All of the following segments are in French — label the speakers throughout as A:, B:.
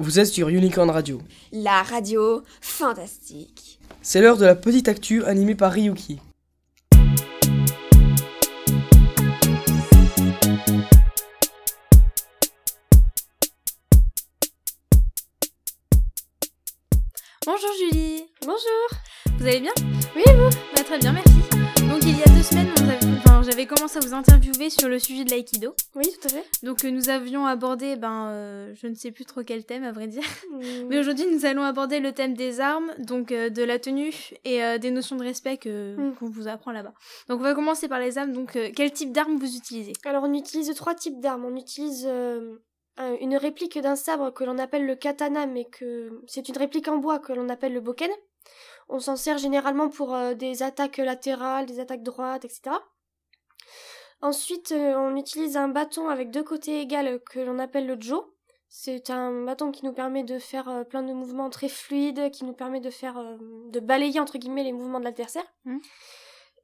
A: Vous êtes sur Unicorn Radio.
B: La radio fantastique.
A: C'est l'heure de la petite actu animée par Ryuki.
C: Bonjour Julie
D: Bonjour
C: Vous allez bien
D: Oui et vous
C: Bah, Très bien, merci. Donc il y a deux semaines, on avait- enfin, j'avais commencé à vous interviewer sur le sujet de l'aïkido.
D: Oui, tout à fait.
C: Donc euh, nous avions abordé, ben, euh, je ne sais plus trop quel thème à vrai dire.
D: Mm.
C: Mais aujourd'hui, nous allons aborder le thème des armes, donc euh, de la tenue et euh, des notions de respect que-
D: Mm.
C: qu'on vous apprend là-bas. Donc on va commencer par les armes. Donc euh, quel type d'armes vous utilisez
D: Alors, on utilise trois types d'armes. On utilise euh, un- une réplique d'un sabre que l'on appelle le katana, mais que c'est une réplique en bois que l'on appelle le boken. On s'en sert généralement pour euh, des attaques latérales, des attaques droites, etc. Ensuite, euh, on utilise un bâton avec deux côtés égales que l'on appelle le jo. C'est un bâton qui nous permet de faire euh, plein de mouvements très fluides, qui nous permet de faire, euh, de balayer entre guillemets les mouvements de l'adversaire.
C: Mhm.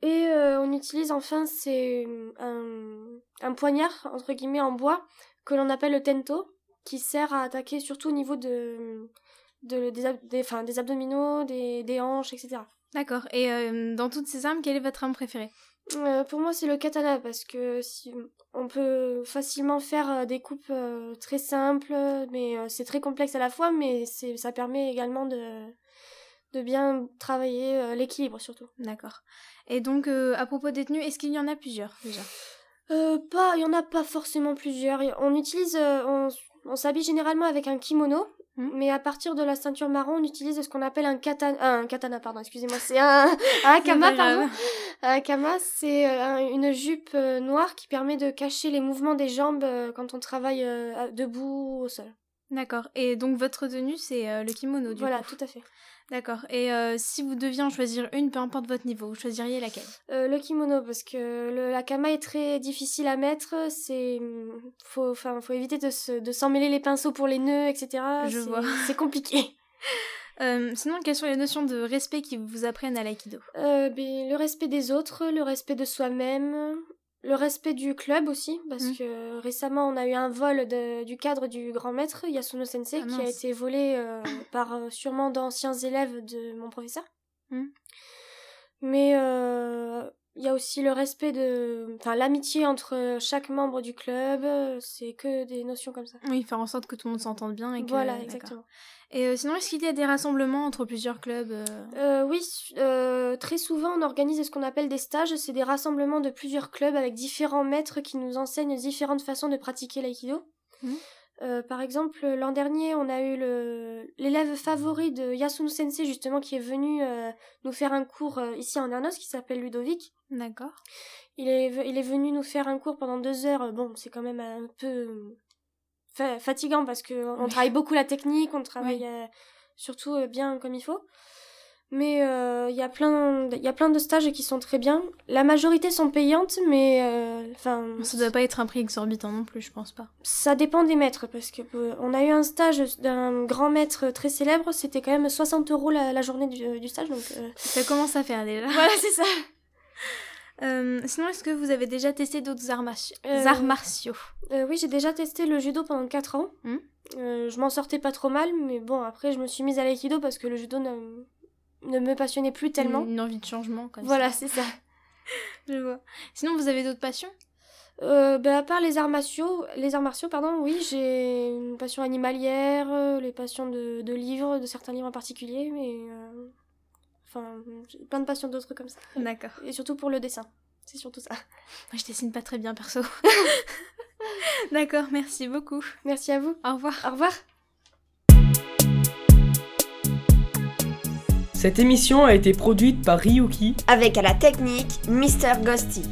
D: Et euh, on utilise enfin c'est euh, un, un poignard entre guillemets en bois que l'on appelle le tento, qui sert à attaquer surtout au niveau de, de- des, ab- des- enfin, des abdominaux, des, des hanches, etc.
C: D'accord. Et euh, dans toutes ces armes, quelle est votre arme préférée
D: Euh, pour moi, c'est le katana parce que si on peut facilement faire euh, des coupes euh, très simples, mais euh, c'est très complexe à la fois, mais c'est ça permet également de de bien travailler euh, l'équilibre surtout.
C: D'accord. Et donc euh, à propos des tenues, est-ce qu'il y en a plusieurs déjà
D: Euh, pas, il y en a pas forcément plusieurs. Y- On utilise, euh, on, s- on s'habille généralement avec un kimono,
C: Mhm.
D: mais à partir de la ceinture marron, on utilise ce qu'on appelle un katana, un katana pardon, excusez-moi, c'est un, un akama
C: C'est pas
D: pardon.
C: grave.
D: Un akama, c'est euh, un- une jupe euh, noire qui permet de cacher les mouvements des jambes euh, quand on travaille euh, à- debout au sol.
C: D'accord. Et donc votre tenue, c'est euh, le kimono du
D: voilà,
C: coup.
D: tout à fait.
C: D'accord. Et euh, si vous deviez en choisir une, peu importe votre niveau, vous choisiriez laquelle
D: Euh, le kimono parce que le l'akama est très difficile à mettre, c'est faut, enfin, faut éviter de se, de s'emmêler les pinceaux pour les nœuds, etc.
C: Je
D: C'est-
C: vois.
D: C'est compliqué.
C: Euh, Sinon, quelles sont les notions de respect qui vous apprennent à l'aïkido
D: Euh, ben, le respect des autres, le respect de soi-même, le respect du club aussi, parce
C: Mm.
D: que récemment on a eu un vol de- du cadre du grand maître Yasuno Sensei
C: Ah,
D: qui a
C: mince.
D: été volé euh, par euh, sûrement d'anciens élèves de mon professeur.
C: Mm.
D: Mais euh, il y a aussi le respect de, enfin l'amitié entre chaque membre du club, euh, c'est que des notions comme ça.
C: Oui, faire en sorte que tout le monde s'entende bien et que.
D: Voilà,
C: d'accord.
D: exactement.
C: Et euh, sinon, est-ce qu'il y a des rassemblements entre plusieurs clubs euh,
D: Euh, oui, euh, très souvent on organise ce qu'on appelle des stages, c'est des rassemblements de plusieurs clubs avec différents maîtres qui nous enseignent différentes façons de pratiquer l'aïkido.
C: Mhm.
D: Euh, par exemple, l'an dernier, on a eu le- l'élève favori de Yasuno Sensei, justement, qui est venu euh, nous faire un cours euh, ici en Arnos, qui s'appelle Ludovic.
C: D'accord.
D: Il est, ve- il est venu nous faire un cours pendant deux heures. Bon, c'est quand même un peu euh, fa- fatigant parce qu'on
C: Oui.
D: travaille beaucoup la technique, on travaille euh, surtout euh, bien comme il faut. Mais euh, il y a plein d- il y a plein de stages qui sont très bien. La majorité sont payantes, mais euh, enfin
C: Ça doit pas être un prix exorbitant non plus, je pense pas.
D: ça dépend des maîtres parce que euh, on a eu un stage d'un grand maître très célèbre, c'était quand même 60 euros la, la journée du, du stage. Donc euh,
C: Ça commence à faire déjà.
D: voilà, c'est ça.
C: Euh, sinon, est-ce que vous avez déjà testé d'autres arts, marti-
D: Euh,
C: arts martiaux
D: Euh, oui, j'ai déjà testé le judo pendant 4 ans.
C: Hmm.
D: Euh, je m'en sortais pas trop mal, mais bon, après, je me suis mise à l'aïkido parce que le judo ne, ne me passionnait plus tellement.
C: Une, une envie de changement, comme
D: Voilà,
C: ça.
D: Hmm. c'est ça.
C: Je vois. Sinon, vous avez d'autres passions
D: Euh, ben, à part les arts martiaux, les arts martiaux, pardon, oui, j'ai une passion animalière, euh, les passions de, de livres, de certains livres en particulier, mais. euh, Enfin, j'ai plein de passions d'autres comme ça.
C: D'accord.
D: Et surtout pour le dessin. C'est surtout ça.
C: Moi, je dessine pas très bien perso. D'accord, merci beaucoup.
D: Merci à vous.
C: Au revoir.
D: Au revoir.
A: Cette émission a été produite par Ryuki
B: Avec à la technique Mister Ghosty.